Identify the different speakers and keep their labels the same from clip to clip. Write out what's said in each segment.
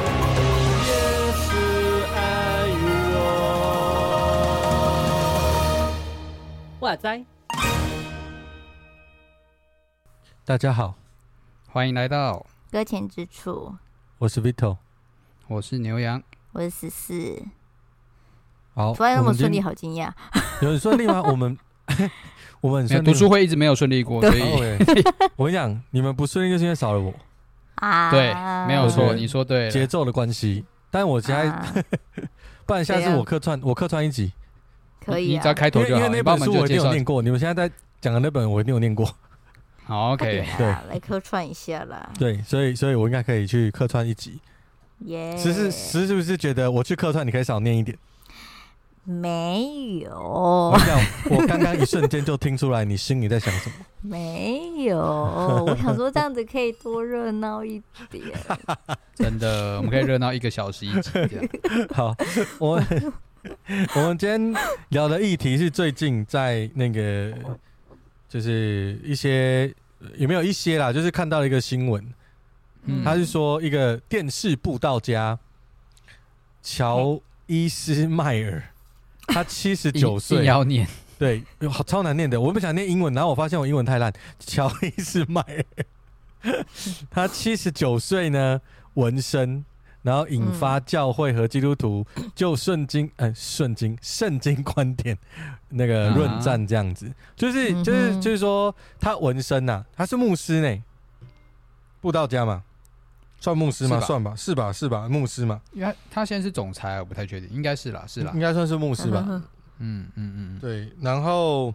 Speaker 1: 也是爱我。哇塞！
Speaker 2: 大家好，
Speaker 3: 欢迎来到，
Speaker 4: 搁浅之处，
Speaker 2: 我是 Vito。
Speaker 3: 我是牛羊。
Speaker 4: 我是十四。
Speaker 2: 好，
Speaker 3: 哦
Speaker 4: 突然那
Speaker 2: 我
Speaker 4: 么
Speaker 2: 们今
Speaker 4: 顺利，好惊讶。
Speaker 2: 有很顺利 吗？我们 我们很顺利
Speaker 3: 没有哎读
Speaker 2: 吗。
Speaker 3: 书会一直没有顺利过，所以
Speaker 2: 哦 喂我跟你讲，你们不顺利就是因为少了我
Speaker 4: 啊，
Speaker 3: 对，没有错，
Speaker 2: 对
Speaker 3: 你说对
Speaker 2: 节
Speaker 3: 了。
Speaker 2: 奏的关系。但我现在，
Speaker 4: 啊
Speaker 2: 不然下次
Speaker 4: 怎样
Speaker 2: 我客串，我客串一集，
Speaker 4: 可
Speaker 3: 你
Speaker 4: 以
Speaker 3: 你
Speaker 4: 啊
Speaker 3: 只要，开
Speaker 2: 因
Speaker 3: 头
Speaker 2: 为
Speaker 3: 就
Speaker 2: 因
Speaker 3: 哎好，
Speaker 2: 为
Speaker 3: 你
Speaker 2: 那
Speaker 3: 帮
Speaker 2: 本
Speaker 3: 我
Speaker 2: 书
Speaker 3: 们就
Speaker 2: 我一定
Speaker 3: 介
Speaker 2: 有
Speaker 3: 绍。
Speaker 2: 念过，你们现在在讲的那本我一定有念过。
Speaker 3: 好
Speaker 4: 快
Speaker 3: ，OK，
Speaker 4: 点
Speaker 2: 对
Speaker 4: 啊啦，来客串一下啦，
Speaker 2: 对，所以所以我应该可以去客串一集。
Speaker 4: 耶！
Speaker 2: 十是十是不是觉得我去客串，你可以少念一点？
Speaker 4: 没
Speaker 2: 我
Speaker 4: 有，
Speaker 2: 跟你讲，我刚刚一瞬间就听出来你心里在想什么。
Speaker 4: 没有，我想说这样子可以多热闹一点。
Speaker 3: 真的，我们可以热闹一个小时一集这 样。
Speaker 2: 好，我们我们今天聊的议题是最近在那个，就是一些呃也没有一些啦，就是看到了一个新闻，
Speaker 3: 嗯
Speaker 2: 他是说一个电视布道家乔伊斯迈尔，他七十
Speaker 3: 硬
Speaker 2: 九
Speaker 3: 硬
Speaker 2: 岁，
Speaker 3: 要念，
Speaker 2: 对，有好超难念的，我不想念英文，然后我发现我英文太烂。乔伊斯迈尔， 他七十九岁呢，纹身，然后引发教会和基督徒
Speaker 3: 嗯
Speaker 2: 就圣经，呃，圣经圣经观点那个
Speaker 3: 啊
Speaker 2: 论战这样子，就是就是
Speaker 4: 嗯哼
Speaker 2: 就是说他纹身呐、他是牧师呢，布道家嘛，算牧师吗？
Speaker 3: 是吧
Speaker 2: 算吧，是吧？是吧？牧师嘛，
Speaker 3: 因为他他现在是总裁，我不太确定，应该是啦，是啦
Speaker 2: 应。该算是牧师吧。
Speaker 3: 嗯嗯嗯，
Speaker 2: 对，然后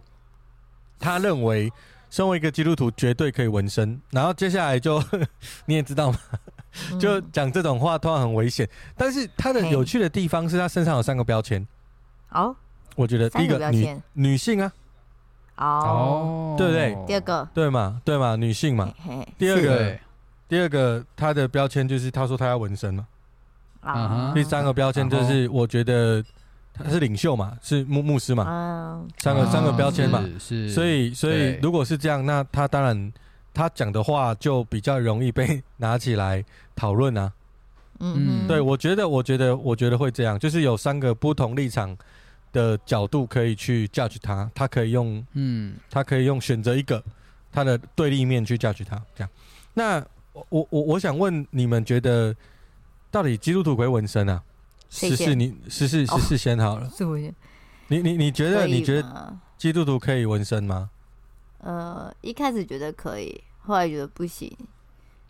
Speaker 2: 他认为身为一个基督徒绝对可以纹身，然后接下来就 你也知道嘛，
Speaker 4: 嗯
Speaker 2: 就讲这种话通常很危险。但是他的
Speaker 4: 嘿
Speaker 2: 有趣的地方是他身上有三个标签，
Speaker 4: 好，
Speaker 2: 我觉得呃第
Speaker 4: 三
Speaker 2: 一
Speaker 4: 个
Speaker 2: 个
Speaker 4: 标
Speaker 2: 女
Speaker 4: 签，
Speaker 2: 女性啊，
Speaker 4: 哦，
Speaker 2: 对不对
Speaker 4: 第二，个，
Speaker 2: 对嘛对嘛，女性嘛
Speaker 4: 嘿。嘿
Speaker 2: 第二
Speaker 4: 是
Speaker 2: 个
Speaker 3: 对，
Speaker 2: 第二个他的标签就是他说他要纹身嘛，
Speaker 3: 嗯
Speaker 4: 啊
Speaker 3: 哼，
Speaker 2: 第三个标签就是我觉得他是领袖嘛，是牧牧师嘛，
Speaker 4: 嗯，
Speaker 2: 三个
Speaker 3: 啊
Speaker 2: 三个标签嘛。
Speaker 3: 是是，
Speaker 2: 所以，所以
Speaker 3: 对
Speaker 2: 如果是这样，那他当然他讲的话就比较容易被拿起来讨论啊。
Speaker 4: 嗯哼，
Speaker 2: 对，我觉得，我觉得，我觉得会这样，就是有三个不同立场的角度可以去 judge 他，他可以用
Speaker 3: 嗯，
Speaker 2: 他可以用选择一个他的对立面去 judge 他这样。那我我我我想问你们，觉得到底基督徒鬼纹身啊？
Speaker 4: 谁
Speaker 2: 十四，
Speaker 4: 先
Speaker 2: 你十四十
Speaker 4: 哦
Speaker 2: 四先好了。
Speaker 4: 是我觉
Speaker 2: 你你你觉得你觉得
Speaker 4: 得，
Speaker 2: 基督徒可以纹身吗？
Speaker 4: 呃，一开始觉得可以，后来觉得不行，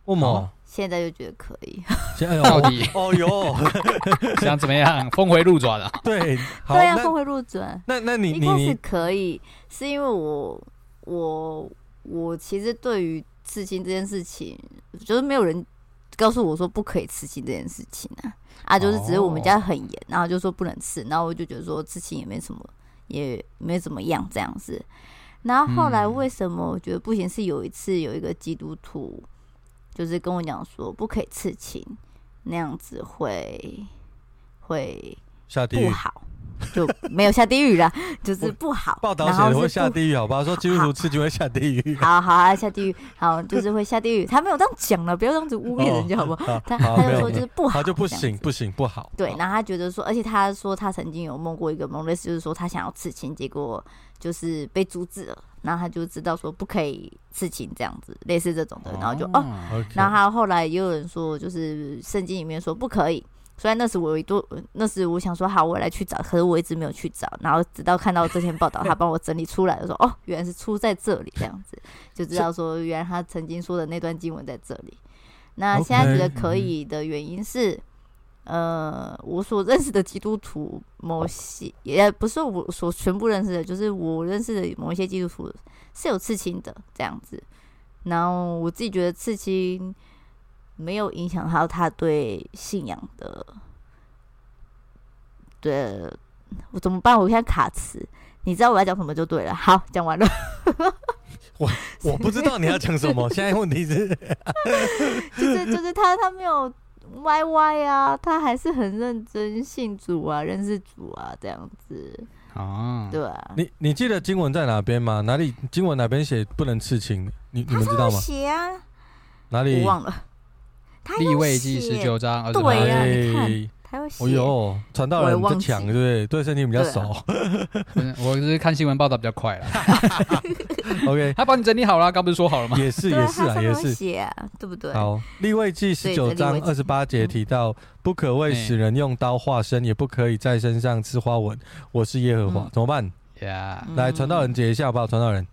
Speaker 2: 为什么
Speaker 3: 哦？
Speaker 4: 现在就觉得可以。
Speaker 2: 现在
Speaker 3: 到底
Speaker 2: 哦哟，
Speaker 3: 想怎么样？峰回路转啊！
Speaker 2: 对，好，
Speaker 4: 对啊，
Speaker 2: 那
Speaker 4: 峰回路转。
Speaker 2: 那那你
Speaker 4: 一
Speaker 2: 你
Speaker 4: 开始
Speaker 2: 你
Speaker 4: 可以，是因为我我我其实对于刺青这件事情，就是没有人告诉我说不可以刺青这件事情啊啊，就是只是我们
Speaker 2: 哦
Speaker 4: 家很严，然后就说不能刺，然后我就觉得说刺青也没什么，也没怎么样这样子。然后后来
Speaker 3: 嗯
Speaker 4: 为什么我觉得不行？是有一次有一个基督徒，就是跟我讲说不可以刺青，那样子会会
Speaker 2: 下地
Speaker 4: 不
Speaker 2: 狱，
Speaker 4: 好，就没有下地狱啦， 就是
Speaker 2: 我
Speaker 4: 不好。
Speaker 2: 报道
Speaker 4: 然
Speaker 2: 写
Speaker 4: 后
Speaker 2: 的
Speaker 4: 是
Speaker 2: 会下
Speaker 4: 不
Speaker 2: 地狱，好吧？说基督徒吃就会下地狱。
Speaker 4: 好好啊，下地狱，好就是会下地狱。他没有这样讲了，不要这样子污蔑人家，好不好？
Speaker 2: 好，
Speaker 4: 他
Speaker 2: 好
Speaker 4: 他
Speaker 2: 没
Speaker 4: 就
Speaker 2: 有
Speaker 4: 说
Speaker 2: 没
Speaker 4: 就
Speaker 2: 有
Speaker 4: 是不好，
Speaker 2: 好就不
Speaker 4: 这样
Speaker 2: 行
Speaker 4: 子。
Speaker 2: 不行不好。
Speaker 4: 对
Speaker 3: 好，
Speaker 4: 然后他觉得说，而且他说他曾经有梦过一个梦，类似就是说他想要刺青，结果就是被阻止了，然后他就知道说不可以刺青这样子，类似这种 的，然后就哦，
Speaker 2: OK，
Speaker 4: 然后他后来也有人说，就是圣经里面说不可以。虽然那时我一度，嗯那时我想说好，我来去找，可是我一直没有去找。然后直到看到这篇报道，他帮我整理出来，我说哦，原来是出在这里，这样子就知道说原来他曾经说的那段经文在这里。那
Speaker 2: OK，
Speaker 4: 现在觉得可以的原因是，呃，我所认识的基督徒某些也不是我所全部认识的，就是我认识的某一些基督徒是有刺青的这样子。然后我自己觉得刺青没有影响到他对信仰的，对，我怎么办？我现在卡词，你知道我要讲什么就对了。好，讲完了，
Speaker 2: 我不知道你要讲什 么，现在问题是
Speaker 4: 就是就是他他没有歪歪啊，他还是很认真信主啊，认识主啊，这样子。
Speaker 3: 啊，
Speaker 4: 对啊，
Speaker 2: 你你记得经文在哪边吗？哪里经文哪边写不能刺青？你你们知道吗？
Speaker 4: 写啊，
Speaker 2: 哪里
Speaker 4: 我？忘了，他
Speaker 3: 立
Speaker 4: 有
Speaker 3: 位记十
Speaker 4: 写，
Speaker 3: 九章二十八
Speaker 4: 对
Speaker 3: 节
Speaker 4: 呀你看
Speaker 2: 哎
Speaker 4: 他有写，
Speaker 2: 哦呦，传道
Speaker 4: 我也
Speaker 2: 人比较
Speaker 4: 忘记
Speaker 2: 强，对不对？对圣经比较
Speaker 4: 对啊
Speaker 2: 熟。
Speaker 3: 嗯我是看新闻报道比较快了。
Speaker 2: OK，
Speaker 3: 他帮你整理好了，刚不是说好 了吗？
Speaker 2: 也是
Speaker 4: 对啊
Speaker 2: 也是
Speaker 4: 他
Speaker 2: 啊，
Speaker 4: 上
Speaker 2: 也
Speaker 4: 面会
Speaker 2: 是。
Speaker 4: 写啊，对不对？
Speaker 2: 好，立位记十
Speaker 4: 对
Speaker 2: 九章
Speaker 4: 在
Speaker 2: 二
Speaker 4: 立
Speaker 2: 十八节
Speaker 4: 嗯
Speaker 2: 提到，不可为使人用刀划身，也不可以在身上刺花纹。我是耶和华，
Speaker 4: 嗯
Speaker 2: 怎么办？
Speaker 3: 呀，
Speaker 4: 嗯
Speaker 2: 来，传道人解一下好不好？传道人，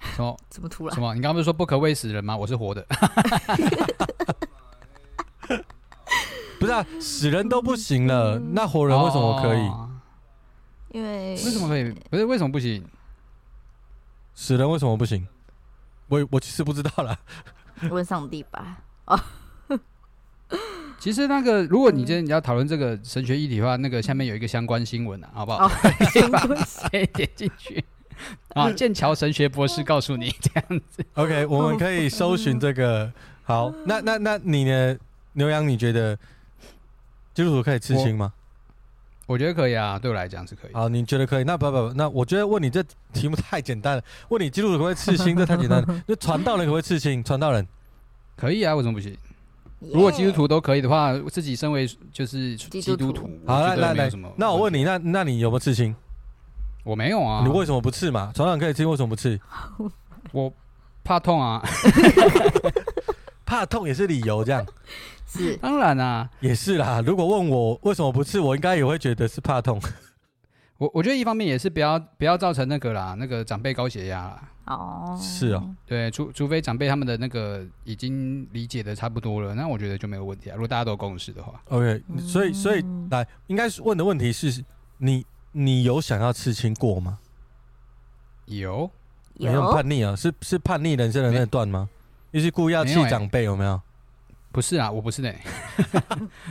Speaker 3: 什么
Speaker 4: 怎么突
Speaker 3: 什
Speaker 4: 然？
Speaker 3: 么？你刚刚不是说不可喂死人吗？我是 活的。
Speaker 2: 不是啊，死人都不行了，
Speaker 4: 嗯
Speaker 2: 那活人为什么可以？
Speaker 3: 哦
Speaker 4: 因为
Speaker 3: 为什么可以？不是为什么不行？
Speaker 2: 死人为什么不行？我我其实不知道 啦。
Speaker 4: 问上帝吧，
Speaker 3: 其实那个，如果你今天你要讨论这个神学议题的话，那个下面有一个相关新闻啊，好不好？
Speaker 4: 哦
Speaker 3: 先 把先点进去啊！
Speaker 2: 嗯
Speaker 3: 剑桥神学博士告诉你，这样
Speaker 2: OK，我们可以搜寻这个。好，那那那你呢，牛羊？你觉得基督徒可以刺青吗？
Speaker 3: 我觉得可以啊，对我来讲是可以。
Speaker 2: 好，你觉得可以？那不不不，那我觉得问你这题目太简单了。问你基督徒可不可以刺青，这太简单 了。那传道人可不可以刺青？传道人，
Speaker 3: 可以啊，为什么不行？如果基督
Speaker 4: 耶，
Speaker 3: 徒都可以的话，自己身为就是基
Speaker 4: 督
Speaker 3: 督
Speaker 4: 徒
Speaker 3: 徒，
Speaker 2: 好，
Speaker 3: 我
Speaker 2: 来
Speaker 3: 觉得
Speaker 2: 来
Speaker 3: 没有
Speaker 2: 来
Speaker 3: 什么，
Speaker 2: 那我问
Speaker 3: 问题，
Speaker 2: 你，那那你有没有刺青？
Speaker 3: 我没有哦啊，
Speaker 2: 你为什么不刺嘛？传道人可以刺，为什么不刺？
Speaker 3: 我怕痛啊，
Speaker 2: 怕痛也是理由，这样
Speaker 4: 是
Speaker 3: 当然啊，
Speaker 2: 也是啦。如果问我为什么不刺，我应该也会觉得是怕 痛。
Speaker 3: 我我觉得一方面也是不要不要造成那个啦，那个长辈高血压啦。
Speaker 4: 哦，
Speaker 2: 是哦，
Speaker 3: 对，除除非长辈他们的那个已经理解的差不多了，那我觉得就没有问题啊。如果大家都有共识的话，
Speaker 2: OK，所以所以
Speaker 4: 嗯
Speaker 2: 来，应该是问的问题是你你有想要刺青过吗？
Speaker 3: 有
Speaker 2: 没有
Speaker 4: 有
Speaker 2: 叛逆啊，是是叛逆人生的那段吗？又是故意要气
Speaker 3: 没有欸
Speaker 2: 长辈有没有？
Speaker 3: 不是啊，我不是呢，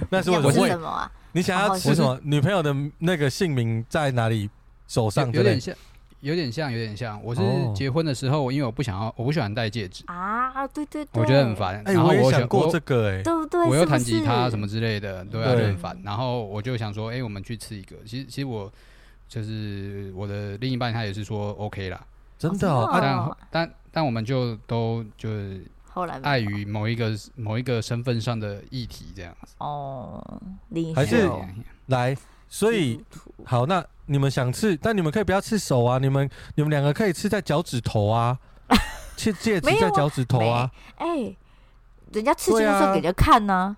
Speaker 2: 那是我的
Speaker 4: 想吃
Speaker 2: 胃
Speaker 4: 什。么啊？
Speaker 2: 你想要吃什么？女朋友的那个姓名在哪里？手上
Speaker 3: 有
Speaker 2: 之
Speaker 3: 有
Speaker 2: 类
Speaker 3: 点。像，有点像，有点像。我是
Speaker 2: 哦
Speaker 3: 结婚的时候，因为我不想要，我不喜欢戴戒指，
Speaker 4: 啊，对对对，
Speaker 3: 我觉得很，烦。
Speaker 2: 哎、
Speaker 3: 然后
Speaker 2: 我也
Speaker 3: 我
Speaker 2: 想
Speaker 3: 想
Speaker 2: 过
Speaker 3: 我
Speaker 2: 这个哎、
Speaker 4: 对不对？
Speaker 3: 我又
Speaker 4: 是不
Speaker 3: 弹吉他
Speaker 4: 是
Speaker 3: 什么之类的，对啊，
Speaker 2: 对
Speaker 3: 就很烦。然后我就想说，哎、我们去吃一个。其实其实我就是我的另一半，他也是说 OK 啦，
Speaker 2: 真的、哦
Speaker 4: 哦
Speaker 2: 啊，
Speaker 3: 但但但我们就都就是
Speaker 4: 后来没
Speaker 3: 碍
Speaker 4: 有
Speaker 3: 于某一个某一个身份上的议题这样子。
Speaker 4: 哦，理
Speaker 2: 还是
Speaker 4: 解
Speaker 3: 哎
Speaker 4: 哦
Speaker 2: 来，所
Speaker 4: 基
Speaker 2: 以
Speaker 4: 督徒
Speaker 2: 好，那你们想吃，但你们可以不要吃手啊，你们你们两个可以吃在脚趾头啊，吃戒指
Speaker 4: 没有
Speaker 2: 在
Speaker 4: 啊
Speaker 2: 脚趾头啊，
Speaker 4: 哎，人家刺青
Speaker 2: 对
Speaker 4: 的时
Speaker 2: 啊
Speaker 4: 候给人家看呢，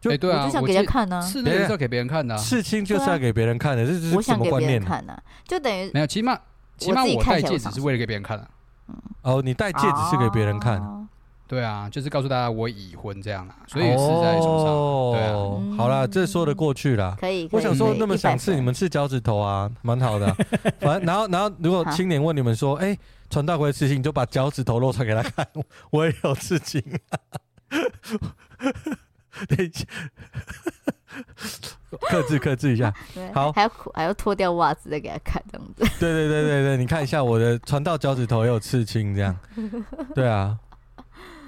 Speaker 2: 就
Speaker 3: 对啊，
Speaker 4: 我就想
Speaker 3: 我
Speaker 4: 给人
Speaker 3: 记
Speaker 4: 家看呢，
Speaker 3: 是那个是要给别人看的、啊，
Speaker 2: 刺青就是要
Speaker 4: 对啊
Speaker 2: 给别人看的，这这是什
Speaker 4: 我想
Speaker 2: 么
Speaker 4: 给
Speaker 2: 观
Speaker 4: 别
Speaker 2: 念
Speaker 4: 人
Speaker 2: 呢、
Speaker 4: 看呢，就等于
Speaker 3: 没有，起码起
Speaker 4: 我
Speaker 3: 码
Speaker 4: 自己
Speaker 3: 我
Speaker 4: 看
Speaker 3: 戴
Speaker 4: 起来
Speaker 3: 戒
Speaker 4: 我
Speaker 3: 指
Speaker 4: 想
Speaker 3: 是为了给别人看的、啊
Speaker 2: 哦，你戴戒指是给别人看，
Speaker 4: 哦
Speaker 3: 对啊，就是告诉大家我已婚这样啦、啊所以是在手上。对啊
Speaker 2: 哦好啦，这说得过去啦。
Speaker 4: 可以，
Speaker 2: 我
Speaker 4: 可以
Speaker 2: 想说
Speaker 4: 可，以
Speaker 2: 那么
Speaker 4: 100
Speaker 2: 想吃
Speaker 4: 分
Speaker 2: 你们吃脚趾头啊， 蛮好的啊、反正，然后，然后，如果
Speaker 4: 好
Speaker 2: 青年问你们说，哎、传道会刺青，你就把脚趾头露出来给他看。 我也有刺青、啊 等一下， 克制克制一下。
Speaker 4: 对
Speaker 2: 好
Speaker 4: 还要苦还要脱掉袜子再给他看这样子，
Speaker 2: 对对对对对，你看一下我的传道脚趾头也有刺青，这样。对啊。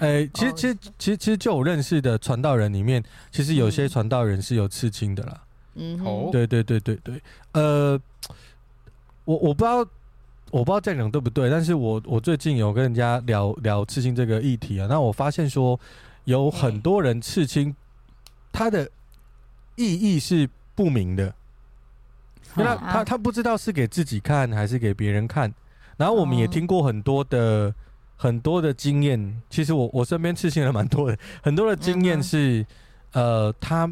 Speaker 2: 哎、其实
Speaker 4: 哦
Speaker 2: 其实其实其实就我认识的传道人里面，其实有些
Speaker 4: 嗯
Speaker 2: 传道人是有刺青的啦。
Speaker 4: 嗯哼，
Speaker 3: 哦
Speaker 2: 对对对对对，呃，我我不知道，我不知道这样讲对不对，但是我我最近有跟人家聊聊刺青这个议题啊，那我发现说有很多人刺青，它的意义是不明的，因为他
Speaker 4: 嗯啊
Speaker 2: 他他不知道是给自己看还是给别人看，然后我们也
Speaker 4: 哦
Speaker 2: 听过很多的。很多的经验，其实我我身边刺青人蛮多的，很多的经验
Speaker 4: 嗯哼
Speaker 2: 是，呃，他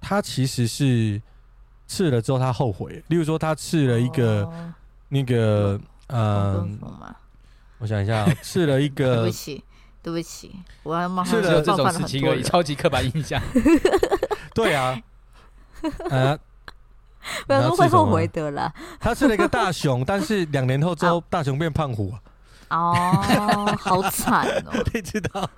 Speaker 2: 他其实是刺了之后他后悔，例如说他刺了一个、
Speaker 4: 哦
Speaker 2: 那个呃，
Speaker 4: 跟风嘛，
Speaker 2: 我想一下、哦，刺了一
Speaker 4: 对不
Speaker 2: 个，
Speaker 4: 起，对不起，我还冒
Speaker 2: 是
Speaker 4: 犯
Speaker 2: 的
Speaker 3: 只有
Speaker 4: 了
Speaker 3: 这
Speaker 4: 冒
Speaker 3: 种
Speaker 4: 犯了
Speaker 3: 事
Speaker 4: 很
Speaker 3: 情
Speaker 4: 多
Speaker 3: 而已，
Speaker 4: 人，
Speaker 3: 超级刻板印象。
Speaker 2: 对 啊，呃，
Speaker 4: 不然说会后悔的啦。
Speaker 2: 他刺了一个大熊，但是两年后之后大熊变胖虎啊，
Speaker 4: 哦，好惨哦，
Speaker 2: 你知道？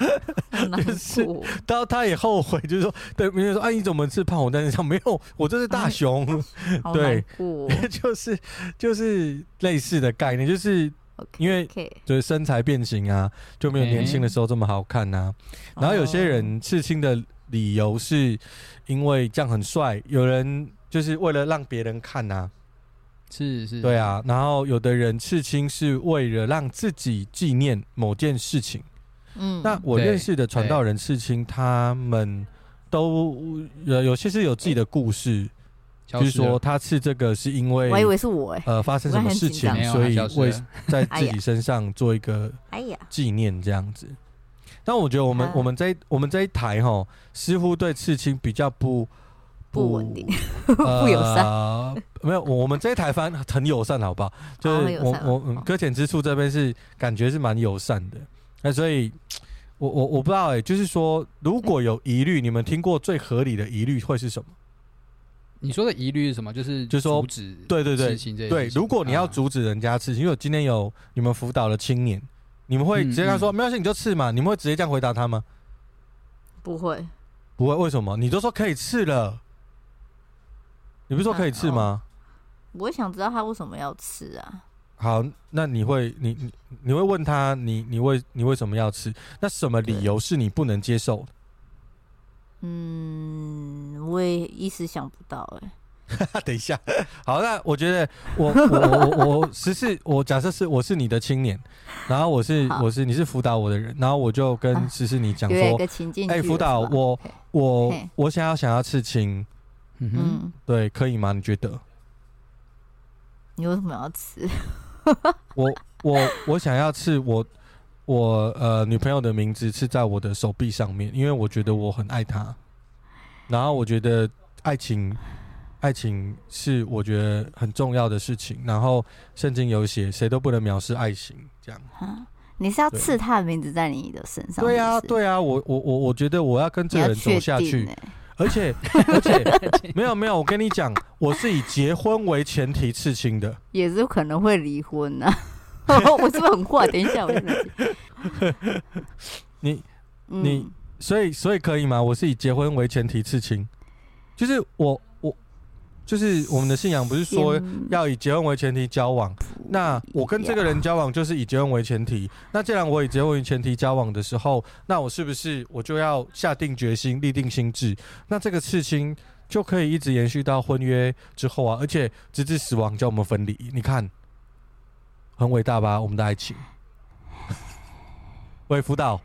Speaker 4: 好难
Speaker 2: 就是
Speaker 4: 过。
Speaker 2: 然后他也后悔，就是说，对，别人说，哎、你怎么刺胖虎？但是他没有，我这是大熊，
Speaker 4: 好
Speaker 2: 对
Speaker 4: 难过。
Speaker 2: 就是就是类似的概念，就是因为
Speaker 4: OK，
Speaker 2: 就是身材变形啊，就没有年轻的时候这么好看呐、
Speaker 4: 哦
Speaker 2: 然后有些人刺青的理由是因为这样很帅，有人就是为了让别人看呐、啊
Speaker 3: 是是，
Speaker 2: 对，啊，然后有的人刺青是为了让自己纪念某件事情。
Speaker 4: 嗯，
Speaker 2: 那我
Speaker 3: 对
Speaker 2: 认识的传道人刺青，他们都呃有有些是有自己的故事，
Speaker 3: 消
Speaker 2: 就是
Speaker 3: 失了
Speaker 2: 说他刺这个是因为
Speaker 4: 我还以为是我哎、
Speaker 2: 呃发生什么事情
Speaker 4: 我还
Speaker 3: 很紧，张
Speaker 2: 所
Speaker 3: 没
Speaker 2: 以
Speaker 3: 有他消失
Speaker 2: 会
Speaker 3: 了
Speaker 2: 在
Speaker 4: 哎
Speaker 2: 自
Speaker 4: 呀
Speaker 2: 己身上做一个
Speaker 4: 哎呀，
Speaker 2: 纪念这样子。但我觉得我们、
Speaker 4: 啊
Speaker 2: 我们这一我们这一台哈，似乎对刺青比较不
Speaker 4: 不稳定，
Speaker 2: 不
Speaker 4: 不友善
Speaker 2: 呃、没有，我我们这一台翻很友善，好不好？就
Speaker 4: 哦
Speaker 2: 是
Speaker 4: 友
Speaker 2: 我
Speaker 4: 善
Speaker 2: 我
Speaker 4: 哦
Speaker 2: 嗯
Speaker 4: 哦
Speaker 2: 搁浅之处这边是感觉是蛮友善的，那所以。我我我不知道哎、就是说，如果有疑虑，你们听过最合理的疑虑会是什么？
Speaker 3: 你说的疑虑是什么？就是
Speaker 2: 就是说
Speaker 3: 阻止
Speaker 2: 对对对
Speaker 3: 事情这件
Speaker 2: 对，
Speaker 3: 事情
Speaker 2: 如果你要
Speaker 3: 啊
Speaker 2: 阻止人家刺青，因为我今天有你们辅导的青年，你们
Speaker 4: 嗯
Speaker 2: 会直接跟他说、没关系，你就刺嘛？你们会直接这样回答他吗？
Speaker 4: 不会，
Speaker 2: 不会，为什么？你都说可以刺了，你不是说可以刺吗？
Speaker 4: 我会想知道他为什么要吃啊？
Speaker 2: 好，那你会你你你会问他你你为你为什么要吃？那什么理由是你不能接受的？
Speaker 4: 嗯，我也一时想不到哎、
Speaker 2: 那等一下，好，那我觉得我我我我我实是我假设是我是你的青年，然后我是
Speaker 4: 好
Speaker 2: 我是你是辅导我的人，然后我就
Speaker 4: 啊
Speaker 2: 跟实是你讲
Speaker 4: 有一
Speaker 2: 说，
Speaker 4: 个情境剧
Speaker 2: 哎，
Speaker 4: 了
Speaker 2: 辅导
Speaker 4: 是吧
Speaker 2: 我
Speaker 4: ，OK
Speaker 2: 我
Speaker 4: 嘿
Speaker 2: 我想要想要刺青，
Speaker 3: 嗯哼，
Speaker 4: 嗯，
Speaker 2: 对，可以吗？你觉得？
Speaker 4: 你为什么要吃？
Speaker 2: 我我我想要刺我我呃女朋友的名字刺在我的手臂上面，因为我觉得我很爱她，然后我觉得爱情爱情是我觉得很重要的事情，然后圣经有写谁都不能藐视爱情，这样。
Speaker 4: 你是要
Speaker 2: 对
Speaker 4: 刺他的名字在你的身上？
Speaker 2: 对
Speaker 4: 呀、
Speaker 2: 啊，，对啊，我我我我觉得我要跟这
Speaker 4: 你
Speaker 2: 个
Speaker 4: 要
Speaker 2: 人走
Speaker 4: 确
Speaker 2: 下
Speaker 4: 定
Speaker 2: 去，
Speaker 4: 哎、
Speaker 2: 而 且而且没有没有，我跟你讲，我是以结婚为前提刺青的。
Speaker 4: 也是可能会离婚呐、啊 我是不是很坏？等一下，我是不是
Speaker 2: 你
Speaker 4: 嗯
Speaker 2: 你所以所以可以吗？我是以结婚为前提刺青，就是我我就是我们的信仰不是说
Speaker 4: 先
Speaker 2: 要以结婚为前提交往，那我跟这个人交往就是以结婚为前提。那既然我以结婚为前提交往的时候，那我是不是我就要下定决心、立定心智？那这个刺青就可以一直延续到婚约之后啊，而且直至死亡叫我们分离。你看，很伟大吧？我们的爱情。 喂，辅导，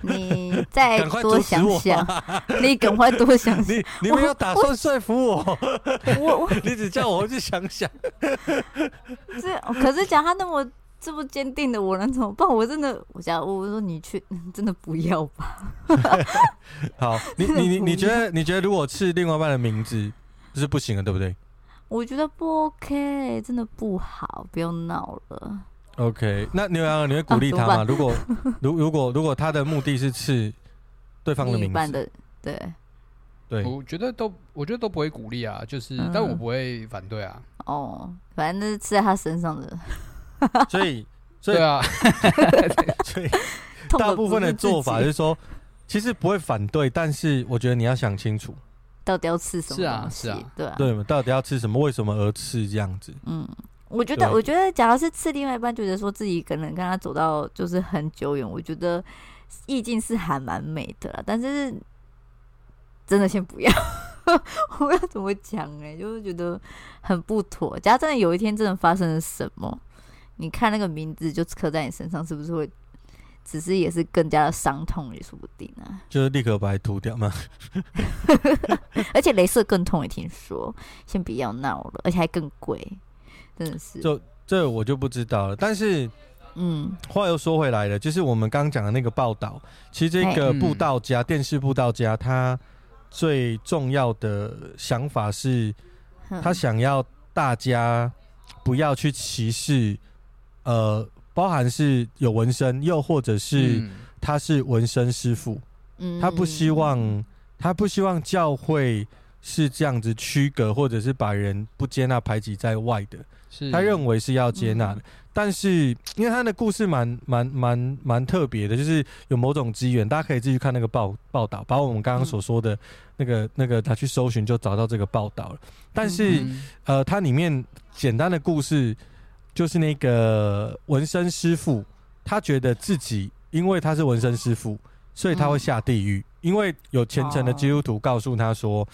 Speaker 4: 你再
Speaker 2: 赶快
Speaker 4: 多
Speaker 2: 阻止
Speaker 4: 想
Speaker 2: 我啊
Speaker 4: 想， 你赶快多想想。
Speaker 2: 你你没有打算说服我，
Speaker 4: 我我
Speaker 2: 你只叫我去想想。
Speaker 4: 这可是讲他那么这么坚定的，我能怎么办？我真的，我讲我说你去， 真的不要吧。
Speaker 2: 好，你你你你觉
Speaker 4: 不
Speaker 2: 得你觉得如果是另外一半的名字，就是不行了，对不对
Speaker 4: 我觉得不 OK，真的不好，不要闹了。
Speaker 2: ？OK，那牛羊儿你会鼓励他吗？
Speaker 4: 啊
Speaker 2: 如果如如果如果他的目的是刺对方的
Speaker 4: 另一
Speaker 2: 名
Speaker 4: 半
Speaker 2: 字，
Speaker 4: 的对
Speaker 2: 对，
Speaker 3: 我觉得都我觉得都不会鼓励啊，就是
Speaker 4: 嗯
Speaker 3: 但我不会反对啊，
Speaker 4: 哦，反正那是刺在他身上的，
Speaker 2: 所以所以
Speaker 3: 对啊，
Speaker 2: 所以
Speaker 4: 痛
Speaker 2: 大
Speaker 4: 的
Speaker 2: 部
Speaker 4: 不
Speaker 2: 分
Speaker 4: 是
Speaker 2: 的
Speaker 4: 自
Speaker 2: 做法
Speaker 4: 己
Speaker 2: 就是说，其实不会反对，但是我觉得你要想清楚，
Speaker 4: 到底要刺什么
Speaker 3: 是啊
Speaker 4: 东西
Speaker 3: 是啊
Speaker 4: 对啊，
Speaker 2: 对吗？到底要吃什么，为什么而吃这样子？
Speaker 4: 嗯，我觉得，
Speaker 2: 对
Speaker 4: 我觉得，假如是吃另外一半，觉得说自己可能跟他走到就是很久远，我觉得意境是还蛮美的啦。但是真的先不要， 我要怎么讲哎、就是觉得很不妥。假如真的有一天真的发生了什么，你看那个名字就刻在你身上，是不是会？只是也是更加的伤痛也说不定啊，
Speaker 2: 就是立刻把它涂掉嘛。
Speaker 4: 而且镭射更痛也听说，先不要闹了，而且还更贵，真的是，
Speaker 2: 就 这我就不知道了，但是。
Speaker 4: 嗯
Speaker 2: 话又说回来了，就是我们刚讲的那个报道，其实这个
Speaker 3: 嘿嗯
Speaker 2: 布道家、电视布道家，他最重要的想法是，
Speaker 3: 嗯
Speaker 4: 哼
Speaker 2: 他想要大家不要去歧视，呃，包含是有纹身，又或者是
Speaker 3: 嗯
Speaker 2: 他是纹身师傅，
Speaker 4: 嗯
Speaker 2: 他不希望他不希望教会是这样子区隔，或者是把人不接纳、排挤在外的。
Speaker 3: 是嗯
Speaker 2: 他认为是要接纳的。但是因为他的故事蛮蛮蛮蛮特别的，就是有某种机缘，大家可以继续看那个报报道，把我们刚刚
Speaker 3: 嗯
Speaker 2: 所说的那个、那个他去搜寻就找到这个报道了。但是、
Speaker 3: 嗯
Speaker 2: 呃，它里面简单的故事就是那个纹身师傅，他觉得自己因为他是纹身师傅，所以他会下地狱，因为有虔诚的基督徒告诉他说，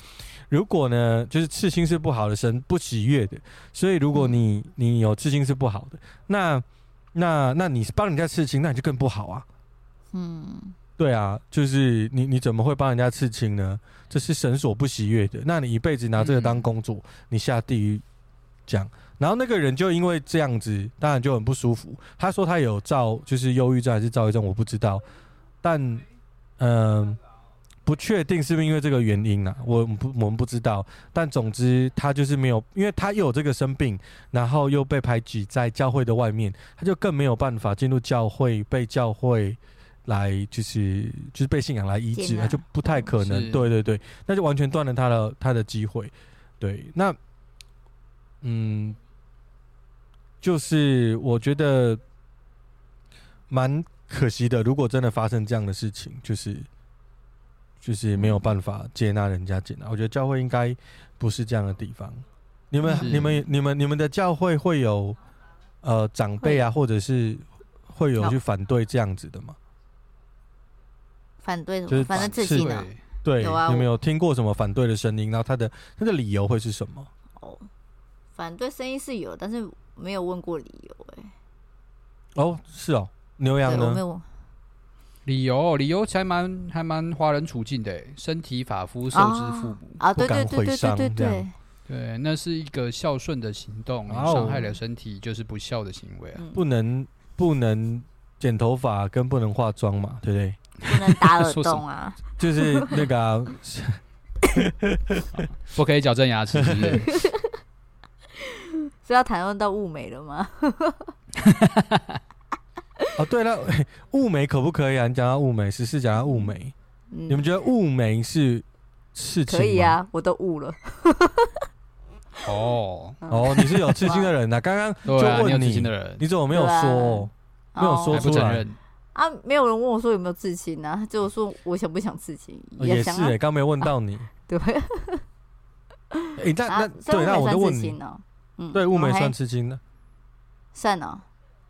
Speaker 2: 如果呢，就是刺青是不好的，神不喜悦的，所以如果你你有刺青是不好的，那那那你帮人家刺青，那你就更不好啊。
Speaker 4: 嗯，
Speaker 2: 对啊，就是你你怎么会帮人家刺青呢？这是神所不喜悦的。那你一辈子拿这个当工作，你下地狱这样。然后那个人就因为这样子，当然就很不舒服。他说他有躁，就是忧郁症还是躁郁症，我不知道。但嗯、呃不确定是不是因为这个原因啊，我们不我们不知道。但总之他就是没有，因为他有这个生病，然后又被排挤在教会的外面，他就更没有办法进入教会，被教会来就是就是被信仰来医治，
Speaker 4: 接纳
Speaker 2: 他就不太可能。
Speaker 3: 是
Speaker 2: 对对对，那就完全断了他的他的机会。对，那嗯，就是我觉得蛮可惜的。如果真的发生这样的事情，就是就是没有办法接纳人家接
Speaker 4: 嗯
Speaker 2: 纳。我觉得教会应该不是这样的地方。你们、
Speaker 3: 是
Speaker 2: 你们、你们、你们的教会会有呃长辈啊，或者是会有
Speaker 4: 有
Speaker 2: 去反对这样子的吗？
Speaker 4: 反对什么，
Speaker 2: 就是
Speaker 4: 反正自
Speaker 2: 是
Speaker 4: 己呢，
Speaker 3: 对，
Speaker 2: 对，
Speaker 4: 有啊
Speaker 2: 你们有听过什么反对的声音？然后他的他的理由会是什么？
Speaker 4: 哦，反对声音是有，但是没有问过理由、
Speaker 2: 哦，是哦，牛
Speaker 4: 哎，
Speaker 2: 羊
Speaker 4: 对我没
Speaker 2: 呢？
Speaker 4: 有问，
Speaker 3: 理由理由还蛮还蛮华人处境的欸，身体发肤受之父母。
Speaker 4: 啊，
Speaker 2: 不
Speaker 4: 对对
Speaker 2: 敢
Speaker 4: 对
Speaker 2: 毁
Speaker 4: 对
Speaker 2: 伤
Speaker 4: 对对
Speaker 2: 这样
Speaker 4: 对，
Speaker 3: 对，那是一个孝顺的行动，你
Speaker 2: 哇哦
Speaker 3: 伤害了身体就是不孝的行为啊。
Speaker 4: 嗯，
Speaker 2: 不能不能剪头发跟不能化妆嘛，对不对？
Speaker 4: 不能打耳
Speaker 3: 说什么
Speaker 4: 洞啊，
Speaker 2: 就是那个啊、
Speaker 3: 不可以矫正牙齿，是不 是？
Speaker 4: 是要谈论到物美了吗？
Speaker 2: 哦，对了， 嘿雾眉可不可以啊？你讲到雾眉，十四讲到雾眉，
Speaker 4: 嗯
Speaker 2: 你们觉得雾眉是刺青？
Speaker 4: 可以。啊，我都悟了，
Speaker 3: 哦，
Speaker 2: 哦，你是有刺青的人 呐、刚刚
Speaker 3: 对啊，
Speaker 2: 就
Speaker 3: 你有
Speaker 2: 问
Speaker 3: 自信
Speaker 2: 你
Speaker 3: 的，人
Speaker 2: 你怎么没有
Speaker 4: 对啊
Speaker 2: 说？没有说
Speaker 3: 还
Speaker 4: 哦
Speaker 3: 不
Speaker 2: 出
Speaker 3: 承
Speaker 2: 来
Speaker 3: 认，
Speaker 4: 啊，没有人问我说有没有刺青啊，只有说我想不想刺青，
Speaker 2: 哦也是
Speaker 4: 想
Speaker 2: 哎、
Speaker 4: 啊，
Speaker 2: 刚没问到你。
Speaker 4: 对，
Speaker 2: 诶，那那
Speaker 4: 啊，所以
Speaker 2: 对，那
Speaker 4: 物
Speaker 2: 我
Speaker 4: 美
Speaker 2: 就
Speaker 4: 算
Speaker 2: 问
Speaker 4: 刺
Speaker 2: 你
Speaker 4: 青，哦，嗯，
Speaker 2: 对，雾眉
Speaker 4: 哦
Speaker 2: 算
Speaker 4: 嘿
Speaker 2: 刺青的？
Speaker 4: 算哦，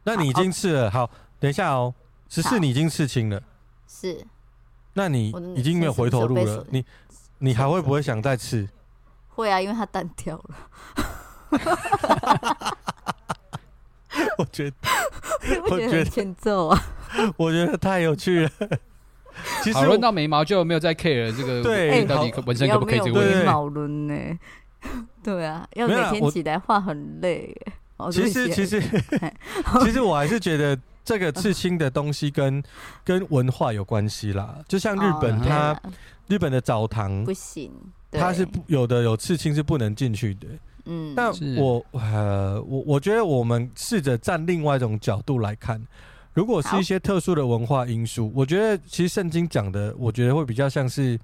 Speaker 2: 那你已
Speaker 4: 好
Speaker 2: 经刺了，好，等一下哦，十
Speaker 4: 好
Speaker 2: 四你已经刺青了，
Speaker 4: 是
Speaker 2: 那你
Speaker 4: 我的
Speaker 2: 已经没有
Speaker 4: 是不
Speaker 2: 回
Speaker 4: 是
Speaker 2: 头
Speaker 4: 有
Speaker 2: 路
Speaker 4: 被
Speaker 2: 了
Speaker 4: 锁，
Speaker 2: 你你还会不会想再刺？
Speaker 4: 会啊，因为它淡掉了，
Speaker 2: 我觉得，
Speaker 4: 我 觉
Speaker 2: 觉
Speaker 4: 得
Speaker 2: 得
Speaker 4: 很欠揍啊，
Speaker 2: 我觉得太有趣了。 其实
Speaker 3: 讨
Speaker 2: 我
Speaker 3: 论到眉毛就没有再 care 这个
Speaker 2: 对
Speaker 3: 到底
Speaker 2: 好
Speaker 3: 纹身可不可以这个
Speaker 4: 有
Speaker 2: 对
Speaker 3: 问
Speaker 2: 对
Speaker 3: 题
Speaker 4: 没有眉
Speaker 2: 对
Speaker 4: 毛轮呢？ 对啊，要
Speaker 2: 没
Speaker 4: 每
Speaker 2: 有啦
Speaker 4: 天
Speaker 2: 我
Speaker 4: 起来画很累耶。哦
Speaker 2: 其实其，实 其实我还是觉得这个刺青的东西跟跟文化有关系啦。就像
Speaker 4: 对不
Speaker 2: 日
Speaker 4: 起哦
Speaker 2: 本，
Speaker 4: 对
Speaker 2: 它
Speaker 4: 啊
Speaker 2: 日本的澡堂
Speaker 4: 不，行，对
Speaker 2: 它是不有的有刺青是不能进去的。
Speaker 4: 嗯，
Speaker 2: 但
Speaker 3: 是
Speaker 2: 我呃我我觉得我们试着站另外一种角度来看，如果是
Speaker 4: 好
Speaker 2: 一些特殊的文化因素，我觉得其实圣经讲的，我觉得会比较像是。